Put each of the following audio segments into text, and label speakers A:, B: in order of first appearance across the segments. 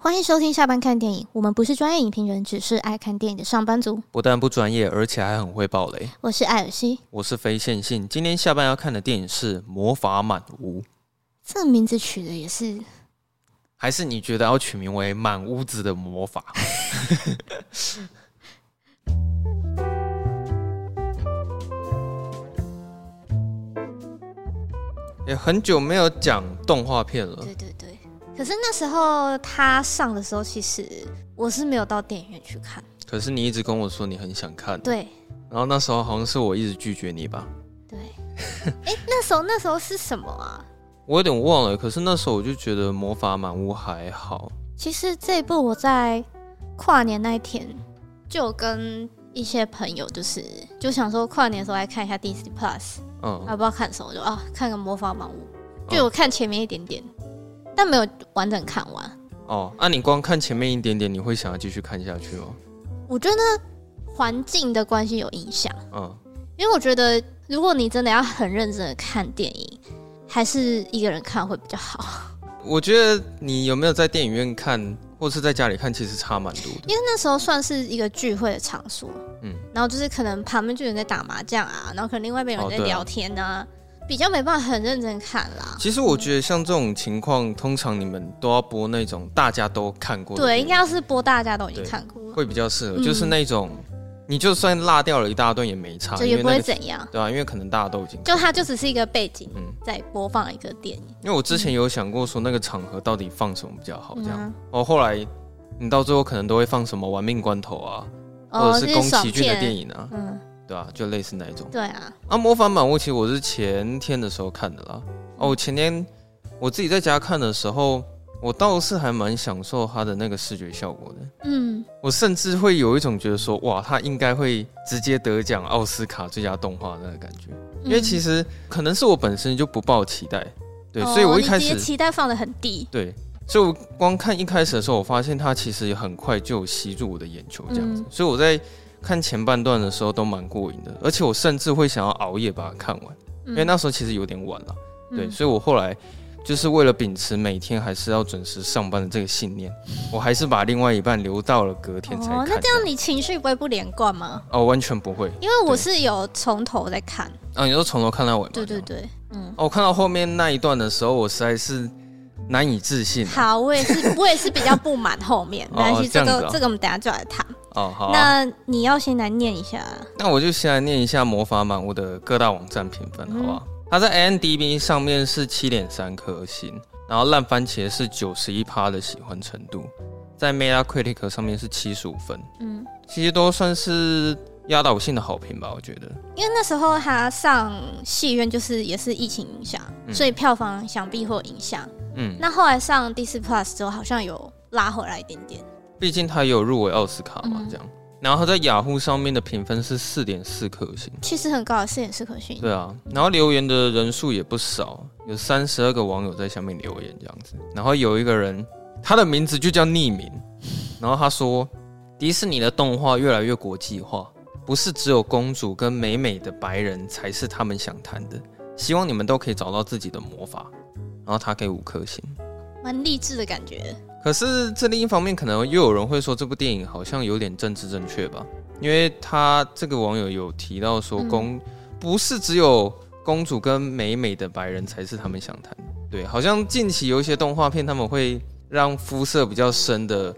A: 欢迎收听下班看电影，我们不是专业影评人，只是爱看电影的上班族。
B: 不但不专业，而且还很会爆雷。
A: 我是艾尔西，
B: 我是非线性，今天下班要看的电影是《魔法满屋》，
A: 这名字取的也是
B: 还是你觉得要取名为《满屋子的魔法》？ 也很久没有讲动画片了，
A: 对对对。可是那时候他上的时候，其实我是没有到电影院去看。
B: 可是你一直跟我说你很想看，
A: 对
B: 然后那时候好像是我一直拒绝你吧，
A: 对，哎、那时候那时候是什么啊？
B: 我有点忘了。可是那时候我就觉得《魔法满屋》还好，
A: 其实这一部我在跨年那一天就有跟一些朋友，就是就想说跨年的时候来看一下 Disney Plus，
B: 嗯，
A: 啊不知道看什么，就啊看个魔法满屋，就我看前面一点点，但没有完整看完。
B: 哦，那、你光看前面一点点，你会想要继续看下去哦吗？
A: 我觉得环境的关系有影响，
B: 嗯，
A: 因为我觉得如果你真的要很认真的看电影，还是一个人看会比较好。
B: 我觉得你有没有在电影院看，或是在家里看，其实差蛮多的。
A: 因为那时候算是一个聚会的场所，
B: 嗯，
A: 然后就是可能旁边就有人在打麻将啊，然后可能另外一边有人
B: 哦
A: 在
B: 对啊
A: 聊天啊，比较没办法很认真看啦。
B: 其实我觉得像这种情况，通常你们都要播那种大家都看过的
A: 对，
B: 电影，
A: 应该要是播大家都已经
B: 对
A: 看过了，
B: 会比较适合，
A: 嗯
B: 就是那种你就算落掉了一大段也没差，
A: 就
B: 啊因
A: 也
B: 为
A: 不
B: 那
A: 会
B: 个
A: 怎样。
B: 对啊，因为可能大家都已经
A: 就它就只是一个背景
B: 嗯，
A: 在播放一个电影，
B: 因为我之前有想过说那个场合到底放什么比较好，这样
A: 嗯
B: 哦，后来你到最后可能都会放什么玩命关头啊，
A: 啊
B: 或者是宫
A: 爽
B: 崎骏的
A: 片，
B: 电影啊，
A: 嗯，
B: 对啊，就类似那一种。
A: 对啊，
B: 啊，《魔法满屋》其实我是前天的时候看的啦。哦，我前天我自己在家看的时候，我倒是还蛮享受它的那个视觉效果的。
A: 嗯，
B: 我甚至会有一种觉得说，哇，它应该会直接得奖奥斯卡最佳动画那个感觉。因为其
A: 实
B: 实可能是我本身就不抱期待，
A: 哦
B: 对，所以我一开始
A: 期待放的很低，
B: 对，所以我光看一开始的时候，我发现它其实很快就吸住我的眼球，这样子。
A: 嗯
B: 所以我在看前半段的时候都蛮过瘾的，而且我甚至会想要熬夜把它看完。
A: 因
B: 因为那时候其实有点晚了，对，
A: 嗯
B: 所以我后来就是为了秉持每天还是要准时上班的这个信念，我还是把另外一半留到了隔天才
A: 哦
B: 看。，
A: 那这样
B: 你
A: 你情绪不会不连贯吗？
B: 哦，完全不会
A: 因为我
B: 对
A: 是有从头在看，
B: 啊！你就从头看到尾嘛。
A: 对
B: 这
A: 对
B: 样。
A: 对，嗯，
B: 哦，我看到后面那一段的时候，我实在是难以置信。
A: 好，我也 是，我也是比较不满后面，
B: 哦
A: 没关系，
B: 这
A: 这
B: 样子
A: 个
B: 啊
A: 这个我们等一下就来谈。
B: 哦，好啊、
A: 那你要先来念一下，
B: 那我就先来念一下《魔法满屋》的各大网站评分，好不
A: 嗯
B: 好？它在 IMDB 上面是七点三颗星，然后烂番茄是九十一趴的喜欢程度，在 Metacritic 上面是七十五分，
A: 嗯，
B: 其实都算是压倒性的好评吧，我觉得。
A: 因为那时候他上戏院就是也是疫情影响，
B: 嗯
A: 所以票房想必会有影响。
B: 嗯，
A: 那后来上 d i s Plus 之后，好像有拉回来一点点，
B: 毕竟它也有入围奥斯卡嘛
A: 嗯，
B: 这样。然后它在雅虎上面的评分是四点四颗星，
A: 其实很高的四点四颗星，
B: 对啊，然后留言的人数也不少，有三十二个网友在下面留言这样子。然后有一个人，他的名字就叫匿名，然后他说，迪士尼的动画越来越国际化，不是只有公主跟美美的白人才是他们想谈的，希望你们都可以找到自己的魔法。然后他给五颗星。
A: 蛮励志的感觉。
B: 可是这另一方面，可能又有人会说这部电影好像有点政治正确吧，因为他这个网友有提到说
A: 嗯
B: 公、不是只有公主跟美美的白人才是他们想谈的，对，好像近期有一些动画片他们会让肤色比较深的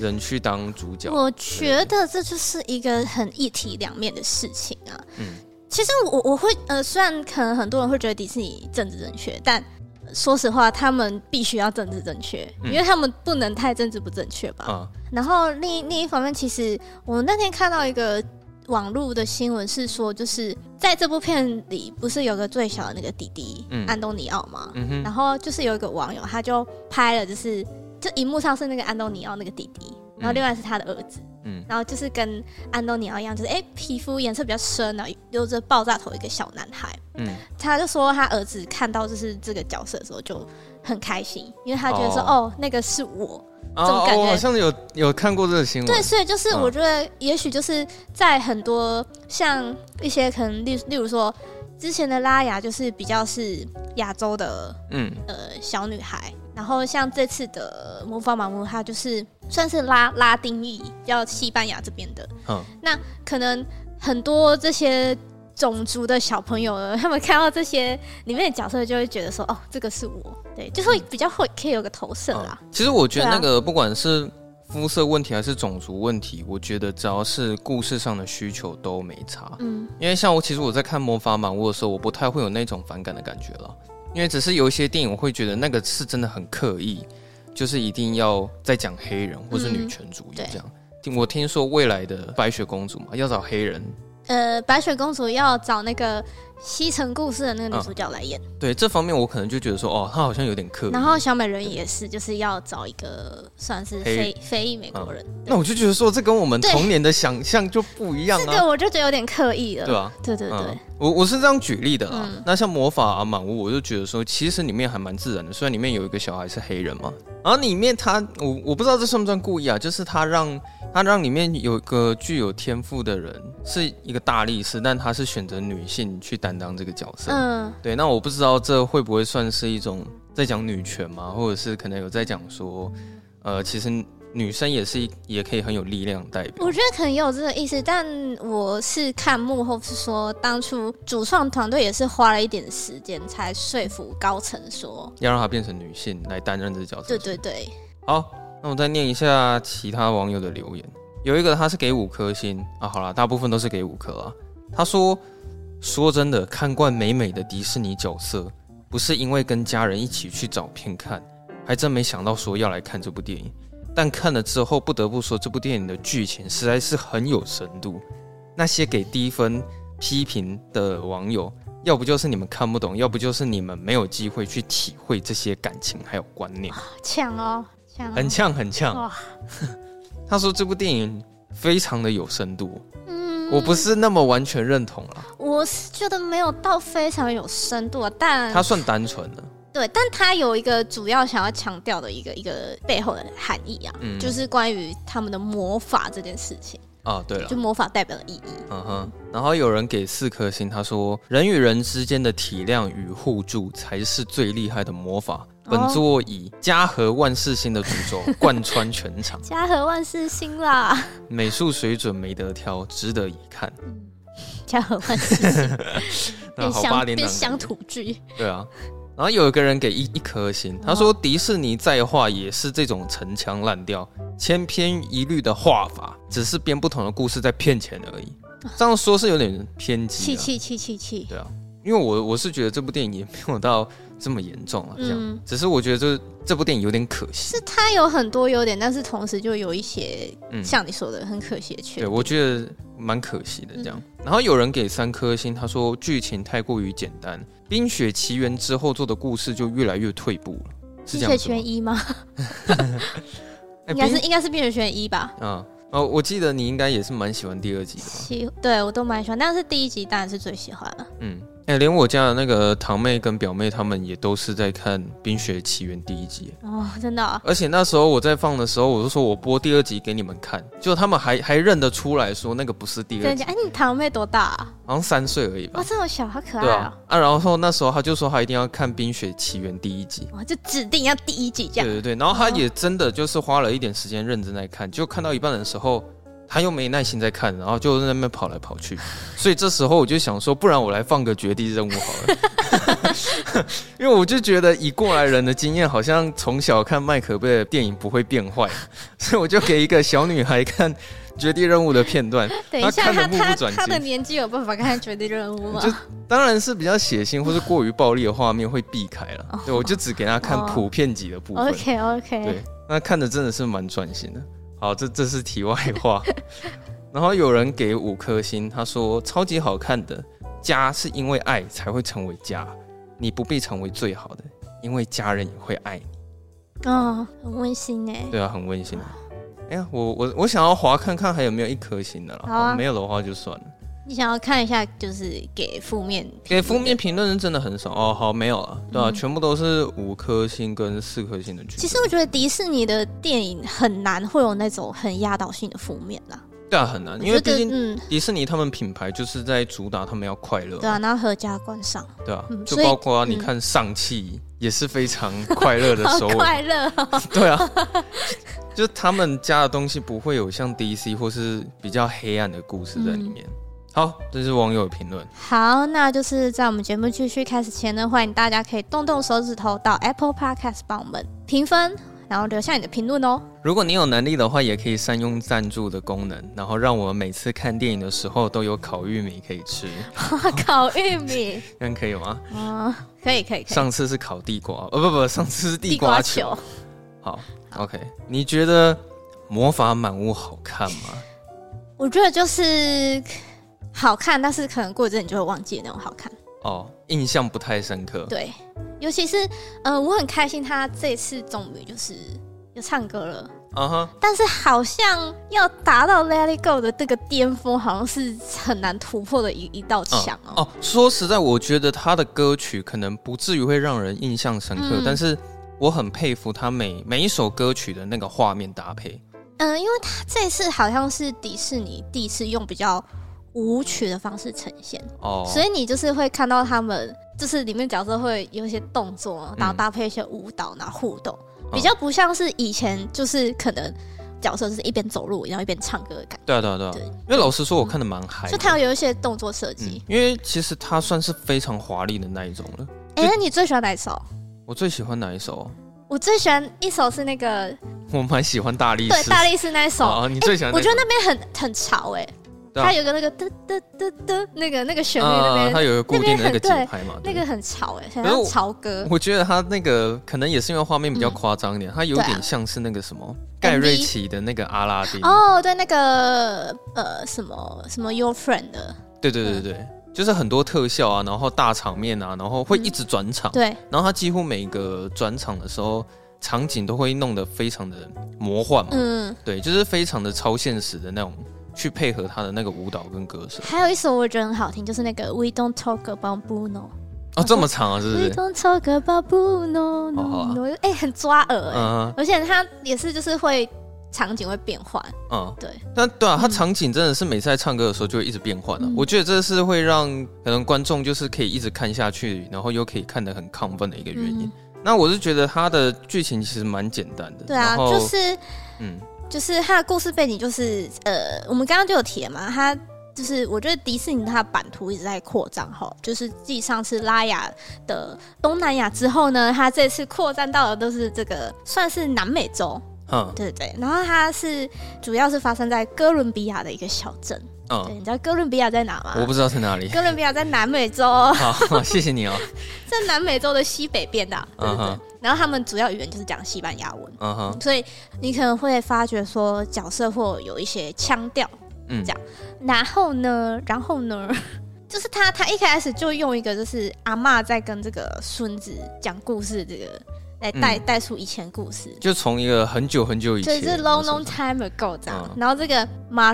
B: 人去当主角，
A: 我觉得这就是一个很一体两面的事情啊。
B: 嗯
A: 其实我我会呃，虽然可能很多人会觉得迪士尼政治正确，但呃说实话，他们必须要政治正确，
B: 嗯
A: 因为他们不能太政治不正确吧。
B: 啊，
A: 然后另一另一方面，其实我那天看到一个网络的新闻是说，就是在这部片里，不是有个最小的那个弟弟、
B: 嗯
A: 安东尼奥吗？
B: 嗯
A: 然
B: 哼，
A: 后就是有一个网友，他就拍了，就是就荧幕上是那个安东尼奥那个弟弟，然后
B: 嗯
A: 另外是他的儿子，
B: 嗯
A: 然后就是跟安东尼奥一样，就是哎、诶皮肤颜色比较深，然后留着爆炸头一个小男孩，
B: 嗯，
A: 他就说他儿子看到就是这个角色的时候就很开心，因为他觉得说哦
B: 哦
A: 那个是我，
B: 啊，
A: 种感觉
B: 我好像有有看过这个新闻，
A: 对，所以就是
B: 嗯
A: 我觉得也许就是在很多像一些可能例例如说之前的拉雅就是比较是亚洲的
B: 嗯，
A: 呃小女孩，然后像这次的《魔法马木》，它就是算是拉拉丁裔，叫西班牙这边的。
B: 嗯，
A: 那可能很多这些种族的小朋友呢，他们看到这些里面的角色，就会觉得说：“哦，这个是我。”对，就会比较会可以有个投射啦。
B: 嗯其实我觉得
A: 对啊
B: 那个不管是肤色问题还是种族问题，我觉得只要是故事上的需求都没差。
A: 嗯
B: 因为像我，其实我在看《魔法满屋》的时候，我不太会有那种反感的感觉了，因为只是有一些电影，我会觉得那个是真的很刻意，就是一定要在讲黑人或是女权主
A: 嗯
B: 义
A: 对
B: 这样。听我听说未来的白雪公主嘛，要找黑人，嗯
A: 呃，白雪公主要找那个《西城故事》的那个女主角来演，
B: 对这方面我可能就觉得说，哦，她好像有点刻意。
A: 然后小美人鱼也是，就是要找一个算是非非裔美国人。
B: 那我就觉得说，这跟我们
A: 对
B: 童年的想象就不一样
A: 这
B: 啊，
A: 个我就觉得有点刻意了。
B: 对吧、
A: 对对对嗯
B: 嗯，我我是这样举例的啦。那像魔法啊满屋，我就觉得说，其实里面还蛮自然的。虽然里面有一个小孩是黑人嘛，然后里面他，我我不知道这算不算故意啊，就是他让他让里面有一个具有天赋的人是一个大力士，但他是选择女性去担当这个角色。
A: 嗯，
B: 对，那我不知道这会不会算是一种在讲女权嘛，或者是可能有在讲说，呃，其实女生也是一也可以很有力量的代表
A: 我。觉得可能也有这个意思，但我是看幕后是说，当初主创团队也是花了一点时间才说服高层说，
B: 要让她变成女性来担任这个角色。
A: 对对对，
B: 好，那我再念一下其他网友的留言。有一个他是给五颗星啊，好啦，大部分都是给五颗啊。他说：“说真的，看惯美美的迪士尼角色，不是因为跟家人一起去找片看，还真没想到说要来看这部电影。但看了之后，不得不说这部电影的剧情实在是很有深度。那些给低分批评的网友，要不就是你们看不懂，要不就是你们没有机会去体会这些感情还有观念。”
A: 抢哦，抢、哦，
B: 很呛很呛。
A: 哇，
B: 他说这部电影非常的有深度，
A: 嗯
B: 我不，是那么完全认同啊啦。
A: 我是觉得没有到非常有深度啊，但
B: 他算单纯的，
A: 对，但他有一个主要想要强调的一个一个背后的含义啊，
B: 嗯
A: 就是关于他们的魔法这件事情，
B: 啊，对了
A: 就，魔法代表的意义，
B: 嗯哼。然后有人给四颗星，他说人与人之间的体谅与互助才是最厉害的魔
A: 哦
B: 法。本作以家和万事兴的主轴贯穿全场，
A: 家和万事兴啦。
B: 美术水准没得挑，值得一看。
A: 家和万事兴，
B: 那
A: 变
B: 好吧，
A: 乡
B: 连
A: 变
B: 长
A: 乡土剧，
B: 对啊，然后有一个人给一一颗星，他说迪士尼再画也是这种陈腔滥调、千篇一律的画法，只是编不同的故事在骗钱而已。这样说是有点偏激、
A: 啊气
B: 啊，
A: 气气气气，
B: 对啊，因为我我是觉得这部电影也没有到这么严重啊，这样，
A: 嗯
B: 只是我觉得这这部电影有点可惜
A: 是。它有很多优点，但是同时就有一些
B: 嗯
A: 像你说的很可惜的缺
B: 对，
A: 点。
B: 我觉得蛮可惜
A: 嗯
B: 的这样。然后有人给三颗星，他说剧情太过于简单，《冰雪奇缘》之后做的故事就越来越退步了，是
A: 冰
B: 这样
A: 雪奇
B: 子吗？
A: 缘一吗？
B: 哎
A: 应该
B: 冰
A: 是应该是冰雪奇缘一吧。
B: 嗯，哦，我记得你应该也是蛮喜欢第二集的吧？
A: 喜对我都蛮喜欢，但是第一集当然是最喜欢了。
B: 嗯，哎、连我家的那个堂妹跟表妹，她们也都是在看《冰雪奇缘》第一集。
A: 哦，真的哦、
B: 而且那时候我在放的时候，我就说我播第二集给你们看，就他们还还认得出来说那个不是第二
A: 真的
B: 集
A: 假，的？哎、你堂妹多大、啊？
B: 好像三岁而已
A: 哇，
B: 吧？
A: 这么小，好可爱
B: 对
A: 哦
B: 啊、，啊，然后那时候他就说他一定要看《冰雪奇缘》第一集。
A: 哇，就指定要第一集这
B: 对
A: 样。
B: 对对，然后他也真的就是花了一点时间认真在看，就看到一半的时候，他又没耐心在看，然后就在那边跑来跑去，所以这时候我就想说，不然我来放个绝地任务好了，因为我就觉得以过来人的经验，好像从小看麦可贝的电影不会变坏，所以我就给一个小女孩看绝地任务的片段，
A: 等一下，
B: 她看
A: 他
B: 得目
A: 他
B: 不转睛
A: 他的年纪有办法看《绝地任务》吗？
B: 就当然是比较血腥或是过于暴力的画面会避开了，对我就只给她看
A: 哦
B: 普遍级的部分。
A: OK OK，
B: 对，那看的真的是蛮专心的。好，这这是题外话。 然后有人给五颗星，他说超级好看的。家是因为爱才会成为家，你不必成为最好的，因为家人也会爱你。
A: 哦，很温馨哎。
B: 对啊，很温馨。哎呀，我我我想要划看看还有没有一颗星的啦。
A: 好啊
B: 没有的话就算了。
A: 你想要看一下，就是给负面评论
B: 给负面。评论人真的很少哦。好，没有了，对啊，全部都是五颗星跟四颗星的剧。
A: 嗯其实我觉得迪士尼的电影很难会有那种很压倒性的负面啦，
B: 对啊，很难，因
A: 我
B: 为
A: 觉
B: 毕
A: 得
B: 竟
A: 嗯，
B: 迪士尼他们品牌就是在主打他们要快乐嘛。
A: 啊 对啊，然后合家观赏，
B: 对啊，
A: 嗯
B: 就
A: 所以
B: 包括啊你
A: 嗯
B: 看上汽也是 非常快乐的
A: 好
B: 收尾。
A: 快乐哦、
B: 对啊，就他们家的东西不会有像 DC 或是比较黑暗的故事在里面。
A: 嗯
B: 好，这是网友的评论。
A: 好，那就是在我们节目继续开始前呢，欢迎大家可以动动手指头到 Apple Podcast 帮我们评分，然后留下你的评论哦。
B: 如果你有能力的话，也可以善用赞助的功能，然后让我们每次看电影的时候都有烤玉米可以吃，
A: 烤玉米，
B: 这样可以吗？
A: 嗯，可以可以可以。
B: 上次是烤地瓜，呃、不不，上次是地瓜球。，好 o k 你觉得《魔法满屋》好看吗？
A: 我觉得就是好看，但是可能过一阵你就会忘记那种好看。
B: 哦，印象不太深刻。
A: 对，尤其是呃，我很开心他这次终于就是有唱歌了，
B: 啊哈，
A: 但是好像要达到《Let It Go》的这个巅峰，好像是很难突破的一一道
B: 嗯
A: 墙哦。
B: 哦，说实在，我觉得他的歌曲可能不至于会让人印象深刻，
A: 嗯
B: 但是我很佩服他每每一首歌曲的那个画面搭配。
A: 嗯，因为他这次好像是迪士尼第一次用比较舞曲的方式呈现，
B: 哦，
A: 所以你就是会看到他们，就是里面角色会有一些动作，
B: 嗯
A: 然后搭配一些舞蹈，然后互动，比较不像是以前就是可能角色就是一边走路然后一边唱歌的感
B: 对啊，对啊，对啊
A: 对。
B: 因为老实说，我看的蛮嗨
A: 觉，
B: 的
A: 就。他有一些动作设
B: 嗯
A: 计。，
B: 因为其实他算是非常华丽的那一种了。
A: 哎、那你最喜欢哪一首？
B: 我最喜欢哪一首？
A: 我最喜欢一首是那个
B: 我蛮喜欢大力
A: 对
B: 士。
A: 大力士那一首，
B: 哦，你最喜欢哪
A: 我
B: 一
A: 觉
B: 首？
A: 得那边很很潮哎、
B: 对啊
A: 它有个那个嘟嘟嘟嘟那个那个旋律那
B: 啊，
A: 边、
B: 他有一个固定的那
A: 那
B: 个
A: 边很对
B: 节拍嘛，
A: 那
B: 对
A: 个很潮哎、很
B: 可是我
A: 像潮歌。
B: 我觉得他那个可能也是因为画面比较
A: 嗯
B: 夸张一点，他有
A: 对啊
B: 点像是那个什么盖瑞奇的那个阿拉丁。
A: 哦，对，那个呃什么什么 Your Friend 的，
B: 对对
A: 嗯
B: 对对，就是很多特效啊，然后大场面啊，然后会一直转场，
A: 对，
B: 然后他几乎每个转场的时候，场景都会弄得非常的魔幻嘛，
A: 嗯，
B: 对，就是非常的超现实的那种，去配合他的那个舞蹈跟歌声。
A: 还有一首我觉得很好听，就是那个 We Don't Talk About Bruno，We
B: 哦，这么长啊，是不是？
A: Don't Talk About Bruno，
B: 哦好啊
A: no, no 哎、很抓耳哎、
B: 嗯
A: 而且它也是就是会场景会变换，
B: 嗯，
A: 对，
B: 但对啊，他场景真的是每次在唱歌的时候就会一直变换啊。
A: 嗯
B: 我觉得这是会让可能观众就是可以一直看下去，然后又可以看得很亢奋的一个原因。
A: 嗯，
B: 那我是觉得他的剧情其实蛮简单的，
A: 对啊，
B: 然后
A: 就是
B: 嗯，
A: 就是它的故事背景就是呃，我们刚刚就有提了嘛，它就是我觉得迪士尼它的版图一直在扩张哈，就是继上次拉雅的东南亚之后呢，它这次扩展到的都是这个算是南美洲，
B: 嗯
A: 对对对，然后它是主要是发生在哥伦比亚的一个小镇，对，
B: 嗯，
A: 你知道哥伦比亚在哪
B: 我
A: 吗？
B: 不知道是哪里。
A: 哥伦比亚在南美洲，
B: 好，谢谢你哦。
A: 在南美洲的西北边的啊，对对对
B: 嗯哼
A: 然后他们主要语言就是讲西班牙文。
B: 嗯哼，
A: 所以你可能会发觉说角色或有一些腔调，
B: 嗯
A: 这样然后呢，然后呢，就是他他一开始就用一个就是阿嬷在跟这个孙子讲故事，这个来带带出以前故事，
B: 就从一个很久很久以
A: 所
B: 嗯前，
A: 以是 long long time ago 这样。
B: 嗯
A: 然后这个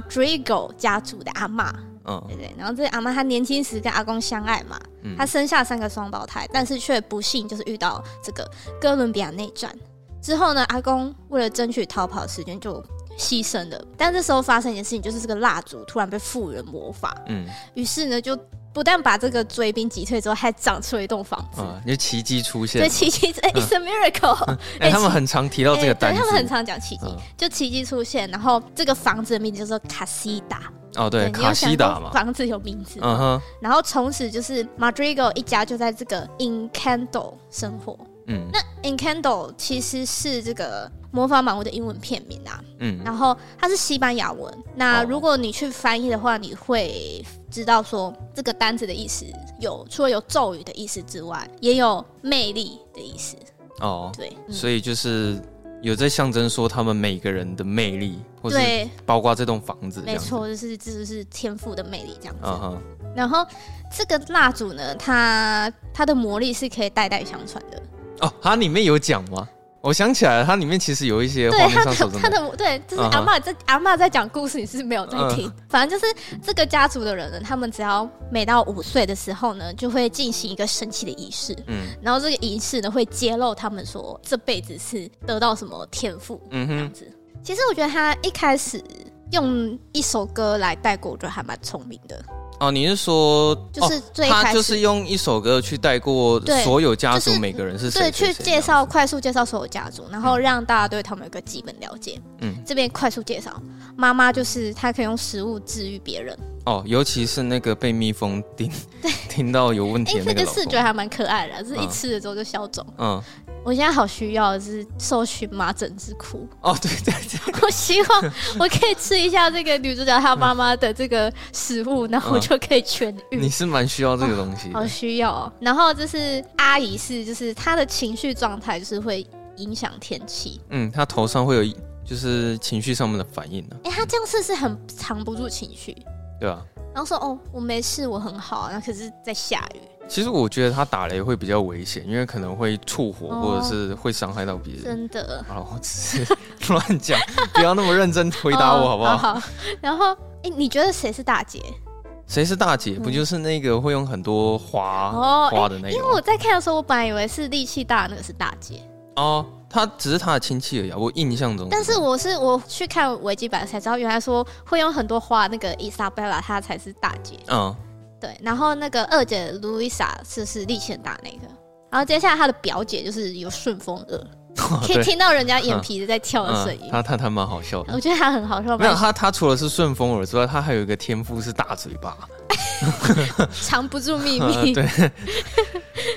A: Madrigal 家族的阿嬷，对
B: 嗯
A: 不对？然后这个阿嬷她年轻时跟阿公相爱嘛，
B: 嗯
A: 她生下三个双胞胎，但是却不幸就是遇到这个哥伦比亚内战之后呢，阿公为了争取逃跑时间就牺牲了。但这时候发生一件事情，就是这个蜡烛突然被富人魔法，
B: 嗯
A: 于是呢就不但把这个追兵击退之后，还长出了一栋房子。
B: 啊，就奇迹出
A: 所
B: 现
A: 以。奇 迹，哎、i t s a miracle
B: 哎、
A: 哎
B: 他们很常提到这
A: 哎
B: 个
A: 对
B: 单
A: 他们很
B: 字。
A: 常讲奇迹，
B: 嗯
A: 就奇迹出现，然后这个房子的名字叫做卡西达，哎
B: 哦，对，
A: 你有
B: 卡
A: 想
B: 西
A: 过
B: 达嘛。
A: 房子有名字吗
B: 嗯哼，
A: 然后从此就是 Madrigal 一家就在这个 Encanto 生活。
B: 嗯
A: 那 Encanto 其实是这个魔法满屋的英文片名啊，
B: 嗯
A: 然后它是西班牙文。那
B: 哦
A: 如果你去翻译的话，你会知道说这个单词的意思有除了有咒语的意思之外，也有魅力的意思。
B: 哦，
A: 对，嗯、
B: 所以就是有在象征说他们每个人的魅力，或是
A: 对，
B: 包括这栋房子，这
A: 没
B: 样子。
A: 错，就是这就是天赋的魅力这样子。
B: 嗯哼，
A: 然后这个蜡烛呢，它它的魔力是可以代代相传的。
B: 哦，它里面有讲吗？我想起来了，它里面其实有一些画
A: 对
B: 面
A: 他
B: 上手
A: 的
B: 真
A: 他
B: 的，
A: 的对，就是
B: 嗯哼嗯
A: 阿嬷在、阿嬷在讲故事，你是没有在听。反正就是这个家族的人呢，他们只要每到五岁的时候呢，就会进行一个神奇的仪式，
B: 嗯
A: 然后这个仪式呢会揭露他们说这辈子是得到什么天赋
B: 嗯
A: 这
B: 哼
A: 样，子。其实我觉得他一开始用一首歌来带过，我觉得还蛮聪明的。
B: 哦，你是说
A: 就是最
B: 哦他
A: 开
B: 就
A: 始、
B: 是用一首歌去带过
A: 对
B: 所有家
A: 就
B: 族
A: 是
B: 每个人是谁？
A: 对
B: 谁
A: 去
B: 谁
A: 介绍快速介绍所有家族，然后让大家对他们有个基本了解。
B: 嗯，
A: 这边快速介绍，妈妈就是她可以用食物治愈别人。
B: 哦，尤其是那个被蜜蜂叮 叮到有问
A: 哎、
B: 题的
A: 这
B: 那
A: 个
B: 老
A: 视
B: 公，
A: 觉还蛮可爱的，就是一
B: 嗯
A: 吃了之后就消肿。
B: 嗯，
A: 我现在好需要的是搜寻麻疹之苦，
B: 哦，对对对，
A: 我希望我可以吃一下这个女主角她妈妈的这个食物，然后
B: 嗯
A: 就可以痊愈。
B: 你是蛮需要这个东西的
A: 好需要、哦。然后就是阿姨是，就是她的情绪状态就是会影响天气。
B: 嗯，他头上会有一就是情绪上面的反应呢、啊
A: 哎、她这样是不是很藏不住情绪？
B: 对吧、
A: 然后说哦，我没事，我很好啊。那可是在下雨，
B: 其实我觉得他打雷会比较危险，因为可能会触火
A: 哦
B: 或者是会伤害到别人。
A: 真的
B: 啊，我只是 乱讲，不要那么认真回答我好不
A: 哦
B: 好？
A: 好然后哎、诶你觉得谁是大姐？
B: 谁是大姐？不就是那个会用很多花、
A: 嗯哦
B: 花的那
A: 因
B: 个
A: 为我
B: 吗？
A: 在看的时候，我本来以为是力气大的那个是大姐，
B: 哦，他只是他的亲戚而已啊、我印象中。
A: 但是我是我去看维基百科才知道，原来说会用很多花那个伊莎贝拉她才是大姐。
B: 嗯，
A: 对，然后那个二姐路易莎就是力气很大那个，然后接下来她的表姐就是有顺风耳，可以
B: 哦 对，嗯
A: 听到人家眼皮子在跳的声音
B: 嗯，。他他他蛮好笑的
A: 我。觉得她很好笑，
B: 没有
A: 蛮
B: 他，他除了是顺风耳之外，他还有一个天赋是大嘴 巴。
A: 藏不住秘
B: 嗯
A: 密。
B: 对，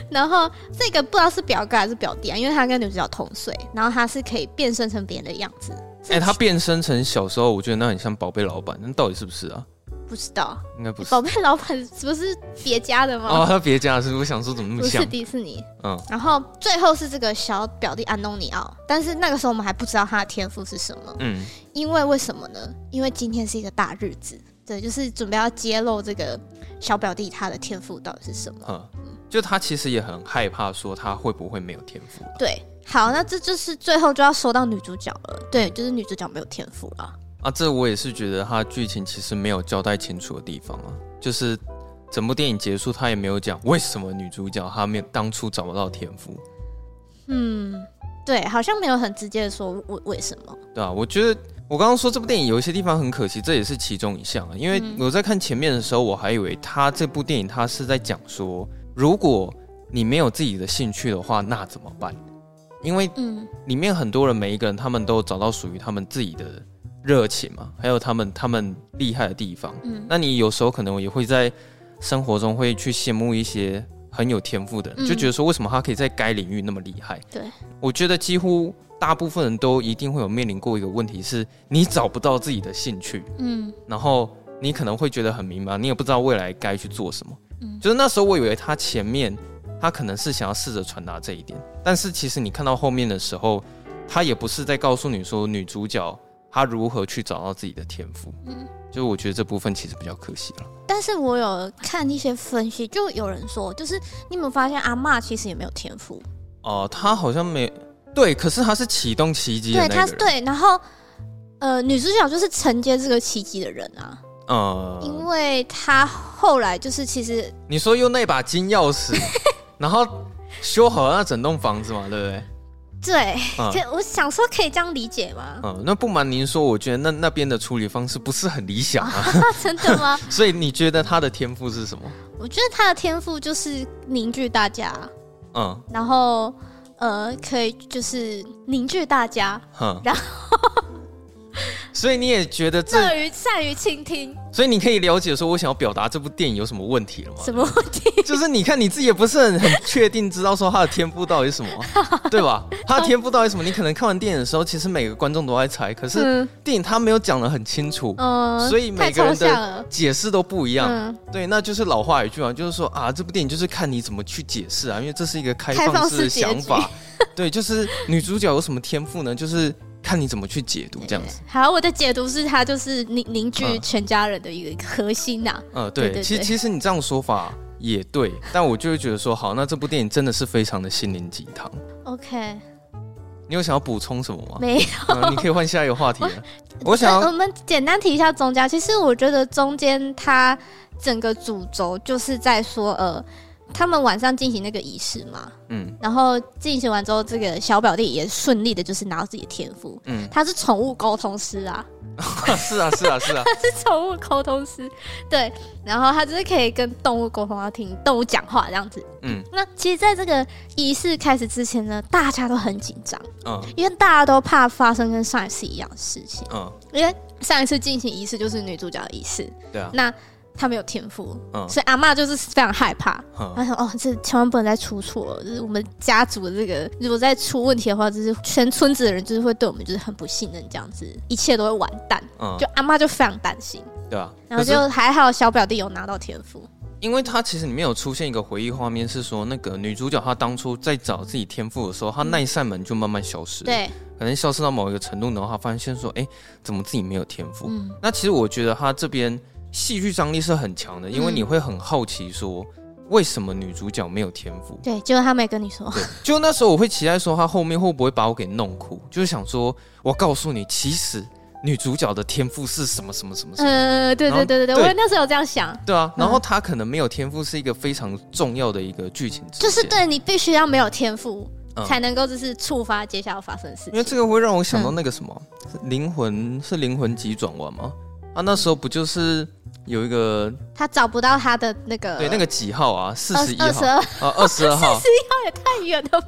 A: 然后这个不知道是表哥还是表弟啊，因为他跟女主角同岁，然后他是可以变身成别人的样子。
B: 哎、他变身成小时候，我觉得那很像宝贝老板，那到底是不是啊？
A: 不知道
B: 应该不是
A: 宝。贝老板是不是别家的
B: 哦，
A: 吗？
B: 他别家的是，我想说怎么那
A: 不
B: 么像
A: 是？迪士尼。
B: 嗯，
A: 然后最后是这个小表弟安东尼奥，但是那个时候我们还不知道他的天赋是什么。
B: 嗯，
A: 因为为什么呢？因为今天是一个大日子，对，就是准备要揭露这个小表弟他的天赋到底是什么。
B: 嗯，就他其实也很害怕，说他会不会没有天赋、啊？
A: 对，好，那这就是最后就要说到女主角了。对，就是女主角没有天赋了。
B: 啊，这我也是觉得他剧情其实没有交代清楚的地方啊，就是整部电影结束，他也没有讲为什么女主角她没有当初找不到天赋，
A: 嗯，对，好像没有很直接的说为为什么。
B: 对啊，我觉得我刚刚说这部电影有一些地方很可惜，这也是其中一项啊。因为我在看前面的时候，我还以为他这部电影他是在讲说，如果你没有自己的兴趣的话，那怎么办？因为
A: 嗯
B: 里面很多人，每一个人他们都找到属于他们自己的热情嘛，还有他们他们厉害的地方。
A: 嗯
B: 那你有时候可能也会在生活中会去羡慕一些很有天赋的
A: 嗯
B: 人，就觉得说为什么他可以在该领域那么厉害？
A: 对，
B: 我觉得几乎大部分人都一定会有面临过一个问题是，你找不到自己的兴趣，
A: 嗯
B: 然后你可能会觉得很迷茫，你也不知道未来该去做什么。
A: 嗯
B: 就是那时候我以为他前面他可能是想要试着传达这一点，但是其实你看到后面的时候，他也不是在告诉你说女主角她如何去找到自己的天赋。
A: 嗯。
B: 就是我觉得这部分其实比较可惜了。
A: 但是我有看一些分析，就有人说，就是你有没有发现阿嬷其实也没有天赋？
B: 哦、他好像没对，可是他是启动奇迹的
A: 对，
B: 那个
A: 她
B: 人。，
A: 对，然后呃，女主角就是承接这个奇迹的人啊。因
B: 呃，
A: 为他后来就是其实
B: 你说用那把金 钥匙，然后修好了那整栋房子嘛，对不对？
A: 对，
B: 嗯
A: 可我想说可以这样理解吗？
B: 嗯，那不瞒您说，我觉得那那边的处理方式不是很理想啊。
A: 啊，真的吗？
B: 所以你觉得他的天赋是什么？
A: 我觉得他的天赋就是凝聚大家，
B: 嗯
A: 然后呃，可以就是凝聚大家，
B: 哼，
A: 然
B: 后，所以你也觉得这，
A: 乐于善于倾听，
B: 所以你可以了解说我想要表达这部电影有什么问题了吗？
A: 什么问题？
B: 就是你看你自己也不是很很确定知道说他的天赋到底是什么，啊对吧？他的天赋到底是什么？你可能看完电影的时候，其实每个观众都在猜，可是
A: 嗯
B: 电影他没有讲的很清楚，
A: 嗯
B: 所以每
A: 太
B: 个
A: 抽
B: 人的
A: 象了。
B: 解释都不一样。
A: 嗯，
B: 对，那就是老话一句嘛，就是说啊，这部电影就是看你怎么去解释啊，因为这是一个开
A: 开放
B: 放
A: 式
B: 式的
A: 结
B: 想
A: 局
B: 法。 对，就是女主角有什么天赋呢？就是看你怎么去解读这样子。
A: 好，我的解读是，他就是凝凝聚
B: 嗯
A: 全家人的一个核心啊呐、
B: 呃，
A: 对
B: 对，
A: 对
B: 其实
A: 对
B: 其实你这样说法也对，但我就会觉得说，好，那这部电影真的是非常的心灵鸡汤。
A: OK，
B: 你有想要补充什么吗？
A: 没
B: 嗯你可以换下一个话题了。我想
A: 呃
B: 要
A: 我们简单提一下宗教。其实我觉得中间它整个主轴就是在说，呃，他们晚上进行那个仪式嘛，
B: 嗯
A: 然后进行完之后，这个小表弟也顺利的，就是拿到自己的天赋。
B: 嗯，
A: 他是宠物沟通师啊，
B: 是啊，是啊，是啊，
A: 是宠物沟通师，对，然后它就是可以跟动物沟通，要听动物讲话这样子。
B: 嗯
A: 那其实，在这个仪式开始之前呢，大家都很紧张，
B: 嗯
A: 因为大家都怕发生跟上一次一样的事情。
B: 嗯，
A: 因为上一次进行仪式就是女主角的仪式，
B: 对啊，
A: 那她没有天赋，
B: 嗯
A: 所以阿嬷就是非常害怕。
B: 嗯
A: 她想，哦，这千万不能再出错了，就是我们家族的这个，如果再出问题的话，就是全村子的人就是会对我们就是很不信任，这样子一切都会完蛋。
B: 嗯，
A: 就阿嬷就非常担心，
B: 对啊。
A: 然后
B: 可是
A: 就还好小表弟有拿到天赋，
B: 因为它其实里面有出现一个回忆画面，是说那个女主角她当初在找自己天赋的时候，她那一扇门就慢慢消失，，
A: 对，
B: 可能消失到某一个程度，然后她发现说，哎、怎么自己没有天赋？
A: 嗯，
B: 那其实我觉得她这边戏剧张力是很强的，因为
A: 嗯
B: 你会很好奇说，为什么女主角没有天赋？
A: 对，就是他没跟你说，
B: 对，就那时候我会期待说她后面会不会把我给弄哭，就是想说我告诉你，其实女主角的天赋是什么什么什么什么。
A: 呃，对
B: 然
A: 对对
B: 后
A: 对对，
B: 对
A: 我那时候有这样想，
B: 对啊，然后她可能没有天赋是一个非常重要的一个剧情支
A: 就
B: 线，
A: 是对你必须要没有天赋，
B: 嗯
A: 才能够就是触发接下来发生的事
B: 因为
A: 情。
B: 这个会让我想
A: 嗯
B: 到那个什么，灵、魂是灵魂急转弯吗？啊，那时候不就是有一个、
A: 他找不到他的那个
B: 对那个几号啊，四十一
A: 呃二十
B: 号
A: 二哦
B: 啊，二十二号，
A: 太远了吧？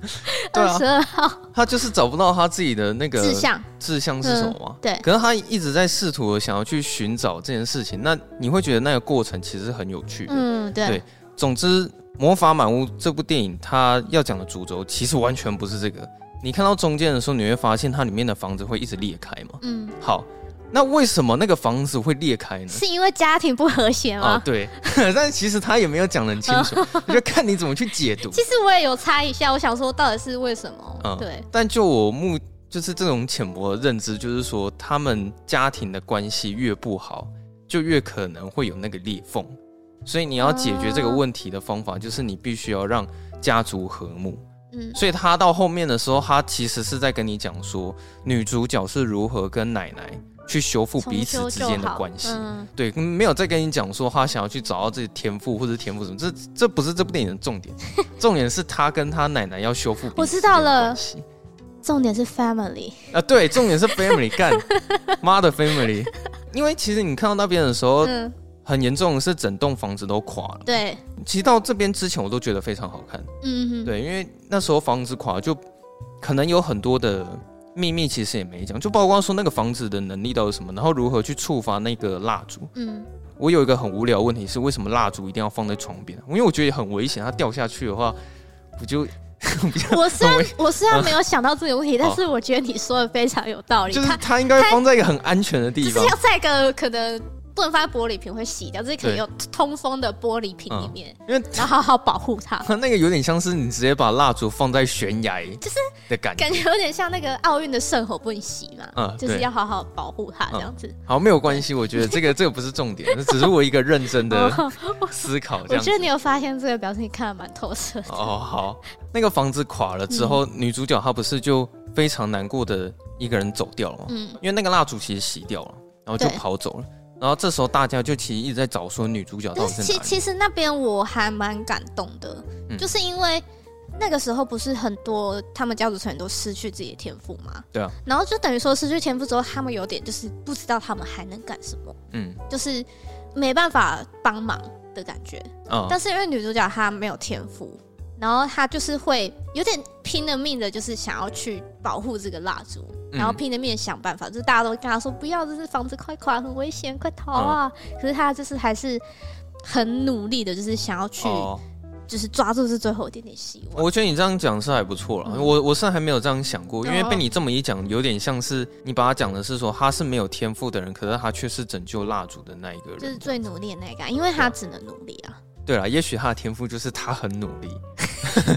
B: 对啊
A: 二十二号
B: 他就是找不到他自己的那个
A: 志向，嗯
B: 志向是什么吗？
A: 对，
B: 可是他一直在试图地想要去寻找这件事情，那你会觉得那个过程其实很有趣的。
A: 嗯，对，
B: 对总之，《魔法满屋》这部电影它要讲的主轴其实完全不是这个。你看到中间的时候，你会发现它里面的房子会一直裂开嘛。
A: 嗯，
B: 好，那为什么那个房子会裂开呢？
A: 是因为家庭不和谐
B: 啊，
A: 吗？嗯
B: 对， 但其实他也没有讲得很清楚，就看你怎么去解读。
A: 其实我也有猜一下，我想说到底是为什么
B: 嗯？
A: 对，
B: 但就我目就是这种浅薄的认知，就是说他们家庭的关系越不好，就越可能会有那个裂缝。所以你要解决
A: 啊
B: 这个问题的方法，就是你必须要让家族和睦。
A: 嗯，
B: 所以他到后面的时候，他其实是在跟你讲说，女主角是如何跟奶奶去修复彼此
A: 重
B: 之
A: 修就
B: 间的
A: 好
B: 关系。
A: 嗯，
B: 对，嗯没有再跟你讲说他想要去找到自己天赋或者天赋什么，这这不是这部电影的重点，重点是他跟他奶奶要修复彼此
A: 我知道
B: 的
A: 了
B: 关系
A: 重点是 family，
B: 啊，对，重点是 family 干，妈的 family，因 为其实你看到那边的时候，
A: 嗯，
B: 很严重的是整栋房子都垮了。
A: 对，
B: 其实到这边之前我都觉得非常好看，
A: 嗯哼，
B: 对，因为那时候房子垮就可能有很多的。秘密其实也没讲，就包括说那个房子的能力到底是什么，然后如何去触发那个蜡烛，
A: 嗯，
B: 我有一个很无聊的问题是，为什么蜡烛一定要放在床边？啊因为我觉得很危险，它掉下去的话，不就
A: 我虽然
B: 很危
A: 我虽然没有想到这个问题，但
B: 好
A: 是我觉得你说的非常有道理，
B: 啊哦就是
A: 它
B: 它应该放在一个很安全的地
A: 就是
B: 方
A: 要。在一个可能不能放在玻璃瓶会洗掉，就是可能
B: 对嗯
A: 有通风的玻璃瓶里面，
B: 因为
A: 然后好好保护它。
B: 它那个有点像是你直接把蜡烛放在悬崖，
A: 就是
B: 的感觉。
A: 感觉有点像那个奥运的圣火不能洗嘛，
B: 嗯
A: 就是
B: 对嗯
A: 要好好保护它这样子。
B: 好，没有关系，我觉得这个这个不是重点，这只是我一个认真的
A: 哦
B: 思考
A: 我
B: 这样
A: 觉得。
B: 子
A: 你有发现这个表情，你看的蛮透彻的。
B: 哦，好，那个房子垮了之
A: 嗯
B: 后，女主角她不是就非常难过的一个人走掉了吗？
A: 嗯，
B: 因为那个蜡烛其实熄掉了，然后就
A: 对
B: 跑走了。然后这时候大家就其实一直在找说女主角到
A: 但
B: 底
A: 是
B: 在
A: 其
B: 哪里。
A: 其实那边我还蛮感动的，
B: 嗯
A: 就是因为那个时候不是很多他们家族成员都失去自己的天赋嘛，
B: 对啊，
A: 然后就等于说失去天赋之后，他们有点就是不知道他们还能干什么，
B: 嗯
A: 就是没办法帮忙的感觉。
B: 啊，
A: 但是因为女主角她没有天赋，然后她就是会有点拼了命的，就是想要去保护这个蜡烛，
B: 嗯
A: 然后拼了命地想办法，就是大家都跟她说不要，这是房子快垮，很危险，快逃
B: 哦
A: 啊！可是她就是还是很努力的，就是想要去，
B: 哦，
A: 就是抓住这最后一点点希望。
B: 我觉得你这样讲是还不错了。
A: 嗯
B: 我我是还没有这样想过，因为
A: 哦
B: 被你这么一讲，有点像是你把他讲的是说他是没有天赋的人，可是他却是拯救蜡烛的那一个
A: 就是
B: 人。
A: 最努力的那个啊，因为她只能努力啊。
B: 对了，也许他的天赋就是他很努力。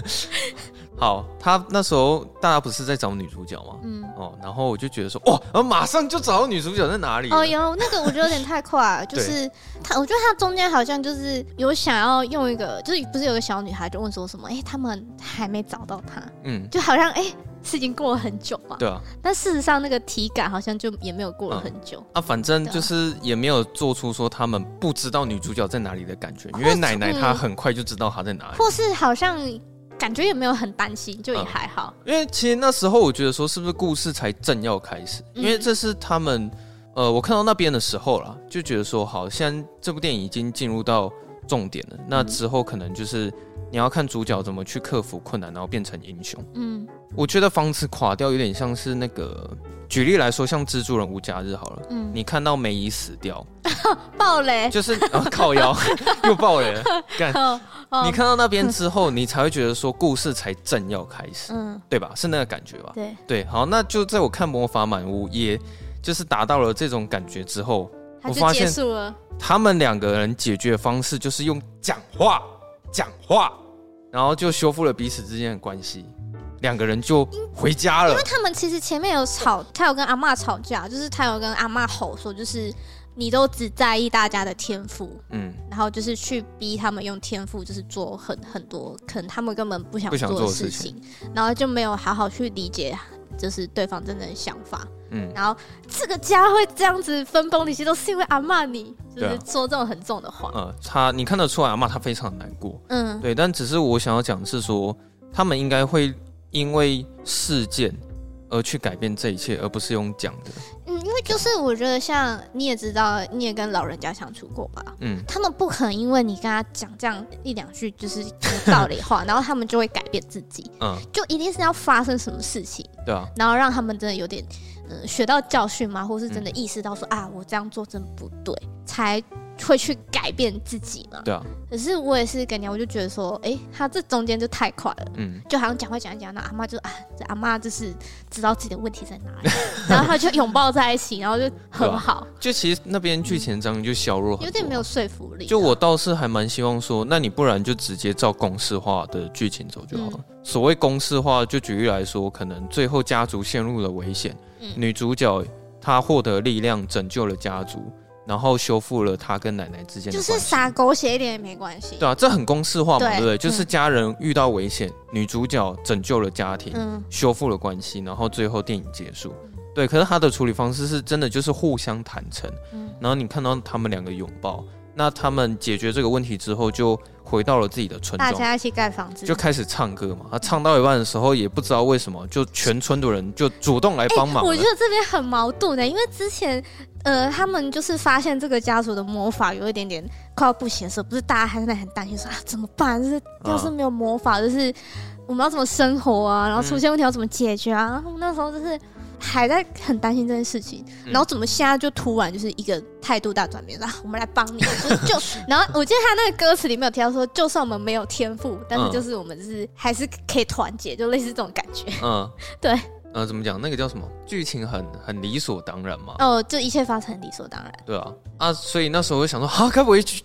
B: 好，他那时候大家不是在找女主角吗？
A: 嗯，
B: 哦，然后我就觉得说，哇，然后马上就找到女主角在哪里了。
A: 哦，有那个我觉得有点太快了，啊 就是他，我觉得他中间好像就是有想要用一个，就是不是有个小女孩就问说什么，哎、他们还没找到他，
B: 嗯，
A: 就好像哎、是已经过了很久嘛，
B: 对啊，
A: 但事实上那个体感好像就也没有过了很久。
B: 啊，反正
A: 对啊
B: 就是也没有做出说他们不知道女主角在哪里的感觉，
A: 哦
B: 因为奶奶她很快就知道她在哪里。
A: 或是好像感觉也没有很担心，就也
B: 嗯
A: 还好。
B: 因为其实那时候我觉得说，是不是故事才正要开始？
A: 嗯
B: 因为这是他们呃，我看到那边的时候啦，就觉得说，好，现在这部电影已经进入到重点了，那之后可能就是你要看主角怎么去克服困难，然后变成英雄。
A: 嗯
B: 我觉得房子垮掉有点像是那个，举例来说，像蜘蛛人无家日好了，
A: 嗯，
B: 你看到梅姨死掉，
A: 爆雷，
B: 就是、 啊、靠腰又爆雷了，干。
A: 哦哦
B: 你看到那边之后，你才会觉得说故事才正要开始，
A: 嗯，
B: 对吧？是那个感觉吧？
A: 对，
B: 对，好，那就在我看《魔法满屋》，也就是达到了这种感觉之后，
A: 它
B: 我发
A: 就
B: 现
A: 结束了。
B: 他们两个人解决方式就是用讲话讲话，然后就修复了彼此之间的关系，两个人就回家了
A: 因为。他们其实前面有吵，他有跟阿嬷吵架，就是他有跟阿嬷吼说，就是你都只在意大家的天赋，
B: 嗯，
A: 然后就是去逼他们用天赋，就是做很很多可能他们根本不想
B: 不想
A: 做
B: 做
A: 的
B: 的
A: 事
B: 事
A: 情，然后就没有好好去理解，就是对方真正的想法。
B: 嗯
A: 然后这个家会这样子分崩离析，都是因为阿嬷你就
B: 对
A: 是
B: 啊
A: 说这种很重的话。
B: 呃，他你看得出来，阿妈她非常难过。
A: 嗯
B: 对，但只是我想要讲的是说，他们应该会因为事件而去改变这一切，而不是用讲的。
A: 嗯，因为就是我觉得像你也知道，你也跟老人家相处过吧，
B: 嗯，
A: 他们不可能因为你跟他讲这样一两句就是道理话，然后他们就会改变自己，
B: 嗯，
A: 就一定是要发生什么事情，
B: 对啊，
A: 然后让他们真的有点嗯、呃学到教训嘛，或是真的意识到说、啊，我这样做真不对，才会去改变自己嘛。
B: 对啊，
A: 可是我也是跟你讲，我就觉得说，诶，他这中间就太快了。
B: 嗯，
A: 就好像讲话讲一讲，那阿妈就啊，这阿妈就是知道自己的问题在哪里， 然后他就拥抱在一起，然后就很 好，
B: 就其实那边剧情章就削弱很多
A: 有点没有说服力。啊
B: 就我倒是还蛮希望说，那你不然就直接照公式化的剧情走就好
A: 嗯
B: 了。所谓公式化，就举例来说，可能最后家族陷入了危险，
A: 嗯
B: 女主角她获得力量，拯救了家族，然后修复了她跟奶奶之间的
A: 就
B: 关
A: 是
B: 系。
A: 撒狗血一点也没关系。
B: 对啊，这很公式化嘛，
A: 对
B: 对不对？就是
A: 嗯
B: 家人遇到危险，女主角拯救了家庭，
A: 嗯，
B: 修复了关系，然后最后电影结束。对，可是他的处理方式是真的就是互相坦诚，
A: 嗯
B: 然后你看到他们两个拥抱，那他们解决这个问题之后，就回到了自己的村
A: 大
B: 庄，
A: 家一起盖房子
B: 就。开始唱歌嘛。他唱到一半的时候，也不知道为什么，就全村的人就主动来帮忙了。
A: 哎我觉得这边很矛盾的、欸因为之前，呃，他们就是发现这个家族的魔法有一点点快要不行的时候，不是大家还在很担心说啊怎么办？就是要是没有魔法，就是我们要怎么生活
B: 嗯
A: 啊？然后出现问题要怎么解决啊？然后那时候就是还在很担心这件事情，
B: 嗯
A: 然后怎么现在就突然就是一个态度大转变，然后我们来帮你，就是 就然后我记得他那个歌词里面有提到说，就算我们没有天赋，但是
B: 嗯
A: 就是我们就是还是可以团结，就类似这种感觉。
B: 嗯，
A: 对，
B: 呃，怎么讲？那个叫什么？剧情很很理所当然嘛。
A: 哦，就一切发生理所当然。
B: 对啊，啊，所以那时候我就想说，啊哈，该不会就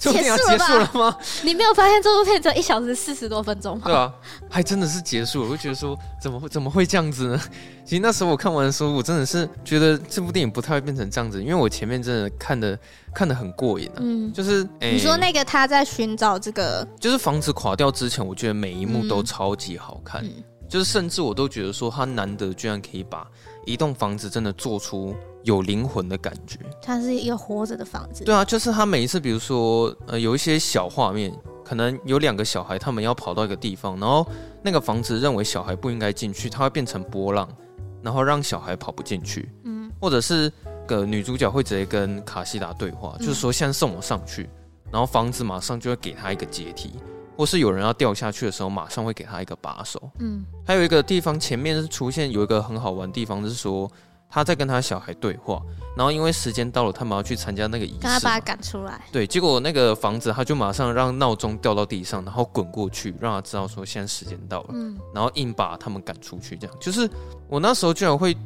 B: 就这
A: 结
B: 样
A: 束
B: 结
A: 了
B: 束了
A: 吧？
B: 吗？
A: 你没有发现这部片只有一小时四十多分钟吗？
B: 对啊，还真的是结束了，我就觉得说怎么会怎么会这样子呢？ 其实那时候我看完的时候，我真的是觉得这部电影不太会变成这样子，因为我前面真的看的看的很过瘾啊。
A: 嗯，
B: 就是诶，
A: 你说那个他在寻找这个，
B: 就是房子垮掉之前，我觉得每一幕都超级好看，
A: 嗯
B: 就是甚至我都觉得说他难得居然可以把一栋房子真的做出有灵魂的感觉。
A: 它是一个活着的房子。
B: 对啊，就是他每一次，比如说呃，有一些小画面，可能有两个小孩，他们要跑到一个地方，然后那个房子认为小孩不应该进去，它会变成波浪，然后让小孩跑不进去，
A: 嗯
B: 或者是个女主角会直接跟卡西达对话，就是说现在送我上去，然后房子马上就会给他一个阶梯，或是有人要掉下去的时候，马上会给他一个把手。
A: 嗯
B: 还有一个地方前面是出现有一个很好玩的地方，是说他在跟他小孩对话，然后因为时间到了，他们要去参加那个仪式嘛，
A: 刚才把他赶出来。
B: 对，结果那个房子他就马上让闹钟掉到地上，然后滚过去，让他知道说现在时间到了，
A: 嗯，
B: 然后硬把他们赶出去。这样就是我那时候居然会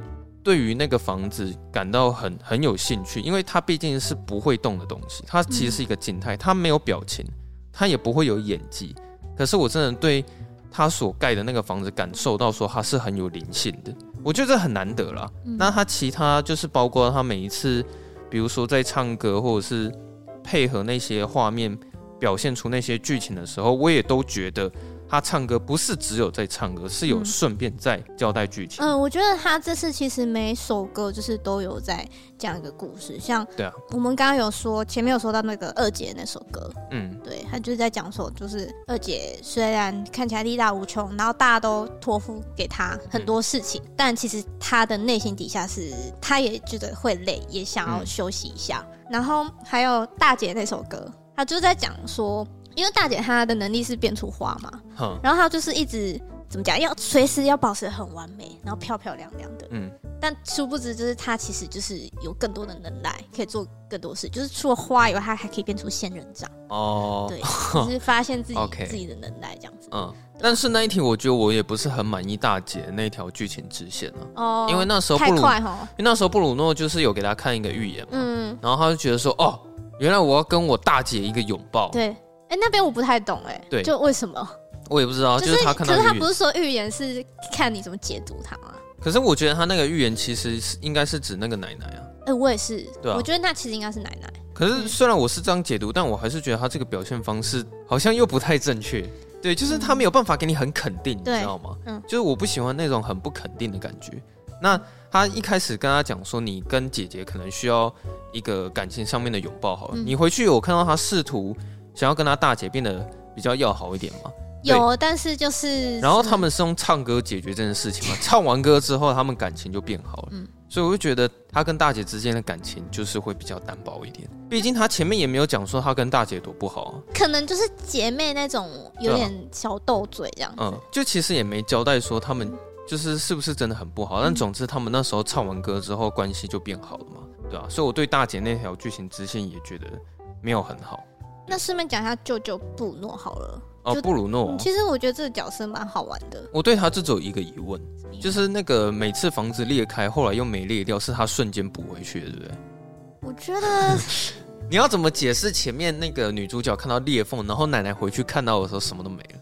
B: 对于那个房子感到很很有兴趣，因为它毕竟是不会动的东西，它其实是一个静态，它没有表情，它也不会有演技。可是我真的对他所盖的那个房子感受到说它是很有灵性的，我觉得这很难得啦。
A: 嗯
B: 那他其他就是包括他每一次，比如说在唱歌或者是配合那些画面表现出那些剧情的时候，我也都觉得他唱歌不是只有在唱歌，是有
A: 嗯
B: 顺便在交代剧情。
A: 嗯，我觉得他这次其实每首歌就是都有在讲一个故事，像
B: 对啊，
A: 我们刚刚有说前面有说到那个二姐那首歌，
B: 嗯，
A: 对他就是在讲说，就是二姐虽然看起来力大无穷，然后大家都托付给她很多事情，但其实她的内心底下是，她也觉得会累，也想要
B: 嗯
A: 休息一下。然后还有大姐那首歌，她就是在讲说，因为大姐她的能力是变出花嘛，
B: 哼，
A: 然后她就是一直怎么讲，要随时要保持得很完美，然后漂漂亮亮的。
B: 嗯，
A: 但殊不知，就是她其实就是有更多的能耐，可以做更多事。就是除了花以外，她还可以变出仙人掌。
B: 哦，
A: 对， 就是发现自己
B: OK
A: 自己的能耐这样子。
B: 嗯，但是那一题我觉得我也不是很满意大姐的那条剧情支线啊，
A: 哦，
B: 因为那时候哦
A: 太
B: 布鲁，
A: 快哈，
B: 因为那时候布鲁诺就是有给他看一个预言嘛，
A: 嗯，
B: 然后他就觉得说，哦，原来我要跟我大姐一个拥抱，
A: 对。哎、那边我不太懂哎、
B: 对
A: 就为什么？
B: 我也不知道，就是
A: 是，
B: 他看
A: 可
B: 到
A: 是他
B: 预
A: 不
B: 言，
A: 是说预言是看你怎么解读它吗？
B: 可是我觉得他那个预言其实是应该是指那个奶奶啊。
A: 哎、我也是，
B: 对啊
A: 我觉得那其实应该是奶奶。
B: 可是虽然我是这样解读，但我还是觉得他这个表现方式好像又不太正确。对，就是他没有办法给你很肯定，你
A: 对
B: 知道吗？
A: 嗯
B: 就是我不喜欢那种很不肯定的感觉。那他一开始跟他讲说，你跟姐姐可能需要一个感情上面的拥抱，好了。
A: 嗯
B: 你回去有看到他试图想要跟他大姐变得比较要好一点嘛？对
A: 有，但是就是，
B: 然后他们是用唱歌解决这件事 情嘛？唱完歌之后，他们感情就变好了。
A: 嗯
B: 所以我就觉得他跟大姐之间的感情就是会比较单薄一点。毕竟他前面也没有讲说他跟大姐多不好啊，
A: 可能就是姐妹那种有点小斗嘴这样。
B: 嗯，就其实也没交代说他们就是是不是真的很不
A: 嗯
B: 好。但总之，他们那时候唱完歌之后，关系就变好了嘛，对啊，所以我对大姐那条剧情支线也觉得没有很好。
A: 那顺便讲一下舅舅布诺好了。
B: 哦，
A: 就
B: 布鲁诺，
A: 其实我觉得这个角色蛮好玩的，
B: 我对他这只有一个疑问，就是那个每次房子裂开，后来又没裂掉，是他瞬间补回去的，对不对？
A: 我觉得
B: 你要怎么解释前面那个女主角看到裂缝，然后奶奶回去看到的时候什么都没了？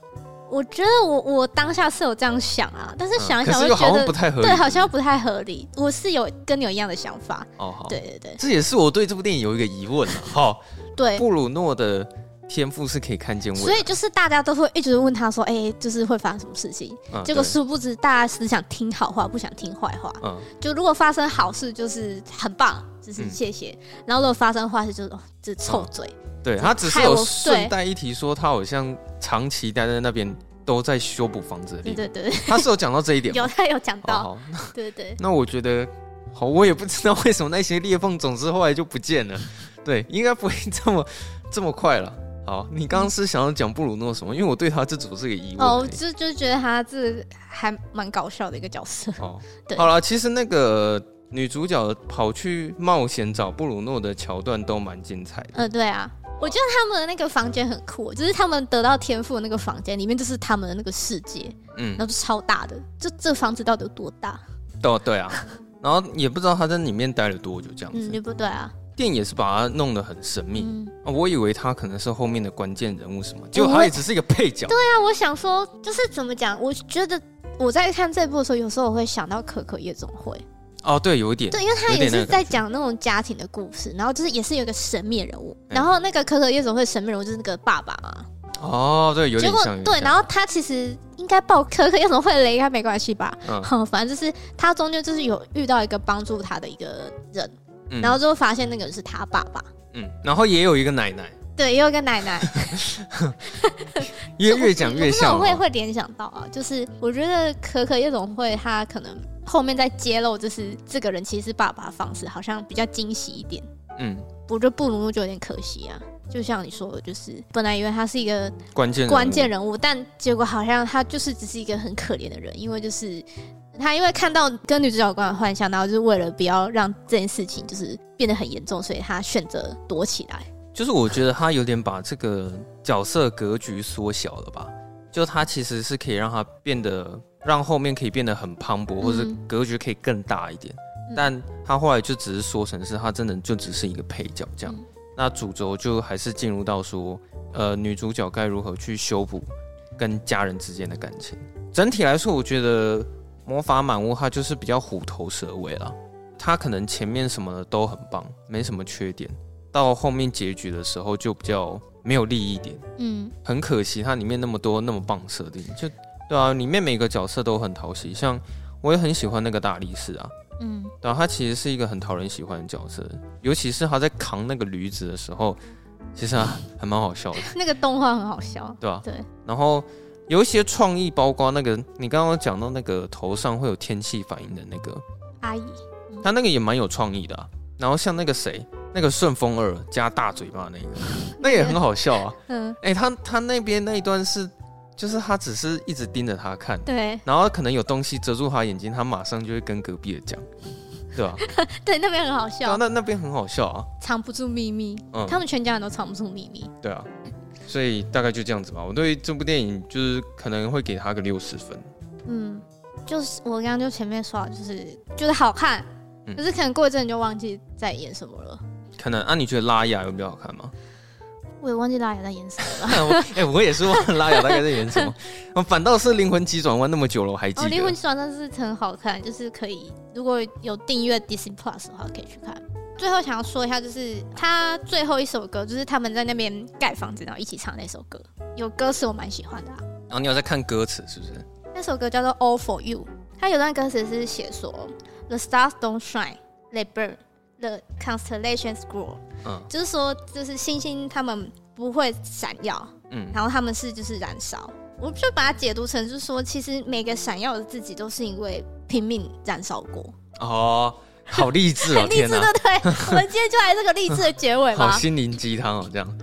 A: 我觉得我我当下是有这样想啊，但是想一想
B: 嗯可是
A: 就
B: 又好
A: 觉
B: 像
A: 得，
B: 不太合理。
A: 对，好像不太合理。我是有跟你有一样的想法，
B: 哦好，
A: 对，对对
B: 这也是我对这部电影有一个疑问啊。好，
A: 对，
B: 布鲁诺的天赋是可以看见未
A: 所
B: 来，
A: 以就是大家都会一直问他说，哎、就是会发生什么事情？
B: 嗯
A: 结果
B: 对
A: 殊不知大家只想听好话，不想听坏话。
B: 嗯
A: 就如果发生好事，就是很棒，就是
B: 嗯啊
A: 谢谢；然后如果发生坏事，就是哦，这臭嘴。
B: 对，他只是
A: 害
B: 有
A: 我
B: 顺带一提说，他好像长期待在那边都在修补房子的
A: 对
B: 地方，
A: 对对，对
B: 他是有讲到这一点吗
A: 有他有讲
B: 好
A: 到，
B: 好，
A: 对对
B: 那我觉得好，我也不知道为什么那些裂缝总是后来就不见了。对，应该不会这么这么快了。好，你刚刚是想要讲布鲁诺什么？因为我对他这组是个疑问欸而
A: 哦，
B: 已。
A: 就就觉得他这还蛮搞笑的一个角色。
B: 哦，
A: 对
B: 好了，其实那个女主角跑去冒险找布鲁诺的桥段都蛮精彩的。
A: 嗯，对啊，我觉得他们的那个房间很酷，就是他们得到天赋的那个房间里面，就是他们的那个世界，
B: 嗯
A: 然，后就超大的，就这房子到底有多大？
B: 对对啊，然后也不知道他在里面待了多久，这样子。
A: 嗯，对不对啊？
B: 电影也是把他弄得很神秘、
A: 嗯，
B: 啊我以为他可能是后面的关键人物什么，结果
A: 我
B: 他也只是一个配角。对，
A: 那我想说，就是怎么讲？我觉得我在看这部的时候，有时候我会想到《可可夜总会》，
B: 哦，对，有一点。
A: 对，因为他
B: 有
A: 也
B: 点那
A: 是
B: 个
A: 在讲那种家庭的故事，然后就是也是有一个神秘人物，
B: 嗯
A: 然后那个《可可夜总会》神秘人物就是那个爸爸嘛，
B: 哦，对，有
A: 结
B: 点
A: 果
B: 像。有点
A: 对，
B: 像
A: 然后他其实应该报可可夜总会的应该没关系吧？
B: 嗯
A: 好，反正就是他中间就是有遇到一个帮助他的一个人，
B: 嗯
A: 然后就发现那个人是他爸爸，
B: 嗯，然后也有一个奶奶，
A: 对，也有一个奶奶，
B: 越越讲越
A: 我不
B: 像
A: 知道我会
B: 哦。
A: 会联想到啊，就是我觉得可可夜总会他可能后面在揭露，就是这个人其实是爸爸的方式，好像比较惊喜一点。
B: 嗯，
A: 我觉得布鲁诺就有点可惜啊，就像你说的，就是本来以为他是一个
B: 关键人物
A: 关键人物，但结果好像他就是只是一个很可怜的人，因为就是他因为看到跟女主角有关的幻象，然后就是为了不要让这件事情就是变得很严重，所以他选择躲起来。
B: 就是我觉得他有点把这个角色格局缩小了吧，就他其实是可以让他变得让后面可以变得很磅礴，或者
A: 嗯
B: 格局可以更大一点，
A: 嗯
B: 但他后来就只是说成是他真的就只是一个配角这样。那主轴就还是进入到说，呃，女主角该如何去修补跟家人之间的感情。整体来说，我觉得《魔法满屋》它就是比较虎头蛇尾啦，它可能前面什么的都很棒，没什么缺点，到后面结局的时候就比较没有利益点，
A: 嗯
B: 很可惜它里面那么多那么棒的设定，就对啊，里面每个角色都很讨喜，像我也很喜欢那个大力士啊，
A: 嗯
B: 对啊，他其实是一个很讨人喜欢的角色，尤其是他在扛那个驴子的时候，其实还还蛮好笑的，
A: 那个动画很好笑。
B: 对吧、
A: 对，
B: 然后有一些创意，包括那个你刚刚讲到那个头上会有天气反应的那个，
A: 阿姨，
B: 他那个也蛮有创意的啊、然后像那个谁，那个顺风耳加大嘴巴那个，那也很好笑啊。
A: 嗯，
B: 哎、他他那边那一段是，就是他只是一直盯着他看，
A: 对
B: 然后可能有东西遮住他眼睛，他马上就会跟隔壁的讲，对吧、
A: 对，那边很好
B: 对啊，
A: 笑，
B: 那那边很好笑啊。
A: 藏不住秘密，
B: 嗯，
A: 他们全家人都藏不住秘密。
B: 对啊，所以大概就这样子吧。我对这部电影就是可能会给他个六十分。
A: 嗯，就是我刚刚就前面说了，就是就是好看，
B: 嗯
A: 可是可能过一阵你就忘记在演什么了。
B: 可能啊，你觉得拉雅有比较好看 吗？
A: 我也忘记拉雅在演什么了。
B: 我哎、我也是忘了拉雅大概在演什么。 我反倒是《灵魂急转弯》那么久了，我还记
A: 哦，《
B: 得。
A: 灵魂奇转真是很好看，就是可以如果有订阅 Disney Plus 的话，可以去看。最后想要说一下，就是他最后一首歌，就是他们在那边盖房子，然后一起唱那首歌，有歌词我蛮喜欢的、啊。
B: 然哦后你有在看歌词是不是？
A: 那首歌叫做《All for You》，它有段歌词是写说：“The stars don't shine, they burn. The constellations grow。”
B: 嗯
A: 就是说，就是星星它们不会闪耀，
B: 嗯
A: 然后他们是就是燃烧。我就把它解读成是说，其实每个闪耀的自己都是因为拼命燃烧过，
B: 哦，好 励志哦，
A: 很励
B: 天
A: 志，
B: 哪、
A: 对不对？ 我们今天就来这个励志的结尾
B: 好
A: 吧。
B: 心灵鸡汤哦，这样。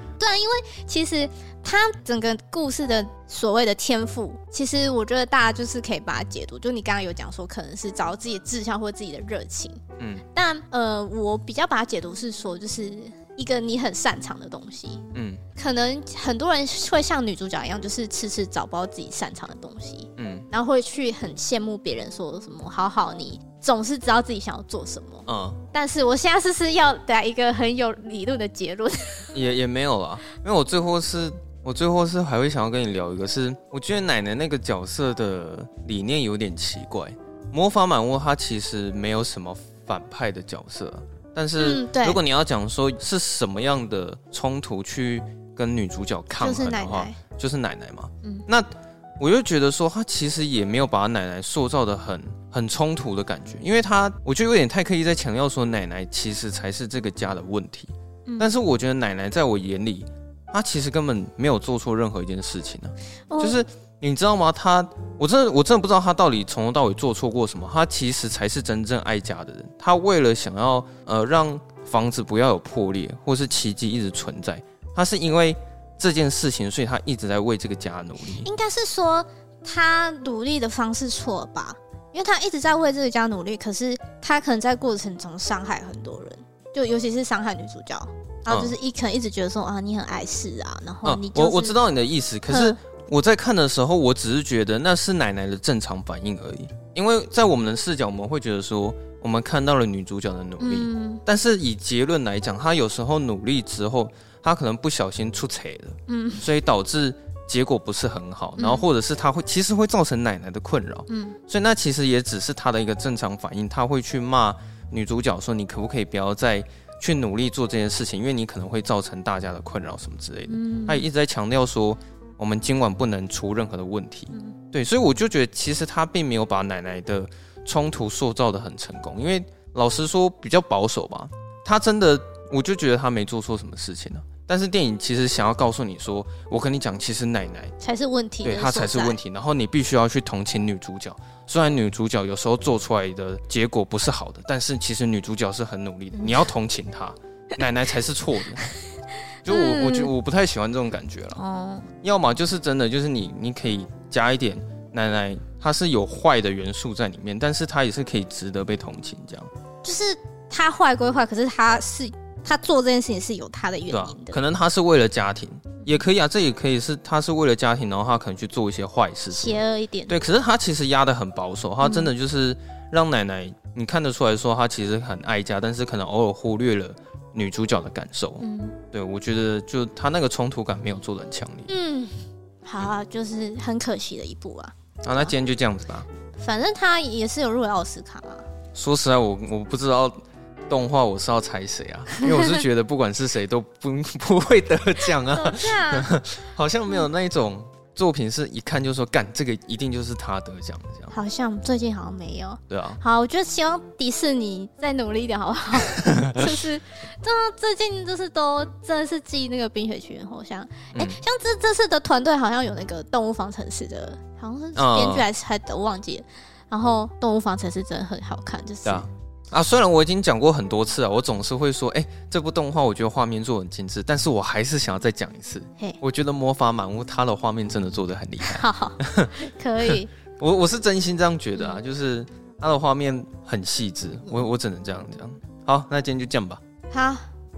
A: 其实它整个故事的所谓的天赋，其实我觉得大家就是可以把它解读，就你刚刚有讲说，可能是找到自己的志向或自己的热情。
B: 嗯
A: 但呃，我比较把它解读是说，就是一个你很擅长的东西，
B: 嗯
A: 可能很多人会像女主角一样，就是迟迟找不到自己擅长的东西，
B: 嗯
A: 然后会去很羡慕别人说什么“好好你”，总是知道自己想要做什么。
B: 嗯，
A: 但是我现在是是要来一个很有理论的结论，
B: 也也没有啦，因为我最后是。我最后是还会想要跟你聊一个是，我觉得奶奶那个角色的理念有点奇怪。魔法满屋它其实没有什么反派的角色，但是
A: 嗯对
B: 如果你要讲说是什么样的冲突去跟女主角抗
A: 就是
B: 衡
A: 奶
B: 的话
A: 奶，，
B: 就是奶奶嘛。
A: 嗯
B: 那我就觉得说，他其实也没有把奶奶塑造的很很冲突的感觉，因为他我觉得有点太刻意在强调说奶奶其实才是这个家的问题。
A: 嗯
B: 但是我觉得奶奶在我眼里，她其实根本没有做错任何一件事情啊呢、
A: 哦
B: 就是你知道吗？她我真的我真的不知道她到底从头到尾做错过什么。她其实才是真正爱家的人。她为了想要呃让房子不要有破裂，或是奇迹一直存在，她是因为这件事情，所以她一直在为这个家努力。
A: 应该是说他努力的方式错了吧，因为他一直在为这个家努力，可是他可能在过程中伤害很多人，就尤其是伤害女主角，然后就是一、可能一直觉得说啊你很碍事啊，然后
B: 啊
A: 你，就是、
B: 嗯
A: 嗯
B: 我我知
A: 道，
B: 道你的意思，可是我在看的时候，我只是觉得那是奶奶的正常反应而已。因为在我们的视角，我们会觉得说，我们看到了女主角的努力，
A: 嗯
B: 但是以结论来讲，她有时候努力之后，她可能不小心出彩了，
A: 嗯
B: 所以导致结果不是很好，
A: 嗯
B: 然后或者是她会其实会造成奶奶的困扰，
A: 嗯
B: 所以那其实也只是她的一个正常反应，她会去骂女主角说，你可不可以不要再去努力做这件事情，因为你可能会造成大家的困扰什么之类的。
A: 嗯，
B: 他也一直在强调说，我们今晚不能出任何的问题。
A: 嗯
B: 对，所以我就觉得其实他并没有把奶奶的冲突塑造的很成功，因为老实说比较保守吧。他真的，我就觉得他没做错什么事情呢、啊但是电影其实想要告诉你说，我跟你讲，其实奶奶
A: 才是问题，
B: 对她才是问
A: 题，
B: 题，然后你必须要去同情女主角。虽然女主角有时候做出来的结果不是好的，但是其实女主角是很努力
A: 嗯
B: 的，你要同情 她，奶奶才是错的。就我，
A: 嗯
B: 我觉得我不太喜欢这种感觉了。
A: 哦，
B: 要么就是真的，就是你你可以加一点奶奶，她是有坏的元素在里面，但是她也是可以值得被同情这样，
A: 就是他坏归坏，可是他是他做这件事情是有他的原
B: 对吧、
A: 因的，
B: 可能她是为了家庭，也可以啊，这也可以是她是为了家庭，然后她可能去做一些坏事情，
A: 邪恶一点，
B: 对。可是她其实压得很保守，她真
A: 嗯
B: 的就是让奶奶，你看得出来说她其实很爱家，但是可能偶尔忽略了女主角的感受。
A: 嗯。
B: 对我觉得就她那个冲突感没有做的很强烈。
A: 嗯，好、啊，就是很可惜的一部啊。
B: 啊，那今天就这样子吧。
A: 反正他也是有入围奥斯卡啊。
B: 说实在，我我不知道动画我是要猜谁啊？因为我是觉得不管是谁都不 不会得奖啊，
A: 这样？
B: 好像没有那一种作品是一看就说干这个一定就是他得奖这样。
A: 好像最近好像没有。
B: 对啊，
A: 好，我觉得希望迪士尼再努力一点，好不 好？就是，真的最近就是都真的是继那个《冰雪奇缘》后，像哎、
B: 嗯
A: 像这这次的团队好像有那个《动物方程式》的，好像是
B: 嗯
A: 编剧还是还得忘记了。然后《动物方程式》真的很好看，就是
B: 对啊。啊，虽然我已经讲过很多次啊，我总是会说，哎、这部动画我觉得画面做得很精致，但是我还是想要再讲一次
A: 嘿，
B: 我觉得《魔法满屋》它的画面真的做得很厉害，
A: 好，可 以，
B: 我我是真心这样觉得
A: 嗯
B: 啊，就是它的画面很细致，我我只能这样讲。好，那今天就这样吧，
A: 好。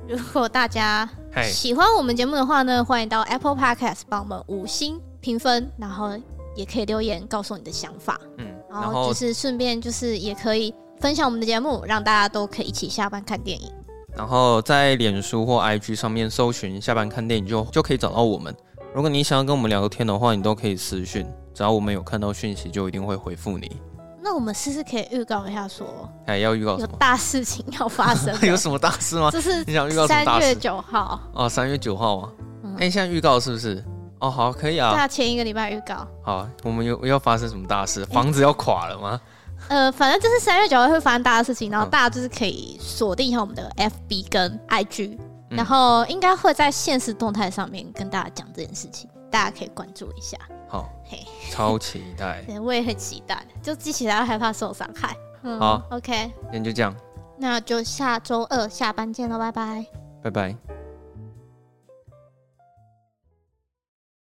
A: 如果大家
B: 嗨，
A: 喜欢我们节目的话呢，欢迎到 Apple Podcast 帮我们五星评分，然后也可以留言告诉你的想法。
B: 嗯，
A: 然
B: 然
A: 后
B: 后
A: 就是顺便就是也可以分享我们的节目，让大家都可以一起下班看电影。
B: 然后在脸书或 IG 上面搜寻“下班看电影就”就可以找到我们。如果你想要跟我们聊天的话，你都可以私讯，只要我们有看到讯息，就一定会回复你。
A: 那我们是不是可以预告一下说
B: 哎，要预告
A: 有
B: 什么？
A: 大事情要发 生
B: 有
A: 了？
B: 什么大事吗？
A: 就是
B: 你想预告什么
A: 三
B: 大
A: 月
B: 事？
A: 九号，
B: 哦，三月九号啊。
A: 嗯
B: 哎、现在预告是不是？哦，好，可以
A: 对
B: 啊。
A: 啊，前一个礼拜预告。
B: 好，我们有要发生什么大事？房子要垮了吗？
A: 呃，反正就是三月九号会发生大的事情，然后
B: 嗯
A: 大家就是可以锁定一下我们的 FB 跟 IG，、
B: 嗯
A: 然后应该会在现实动态上面跟大家讲这件事情，大家可以关注一下。
B: 好
A: 嘿，
B: 超期待。
A: 对，我也很期待，就记起来要害怕受伤害。嗯
B: 好
A: ，OK，
B: 今天就这样，
A: 那就下周二下班见喽，拜拜。
B: 拜拜。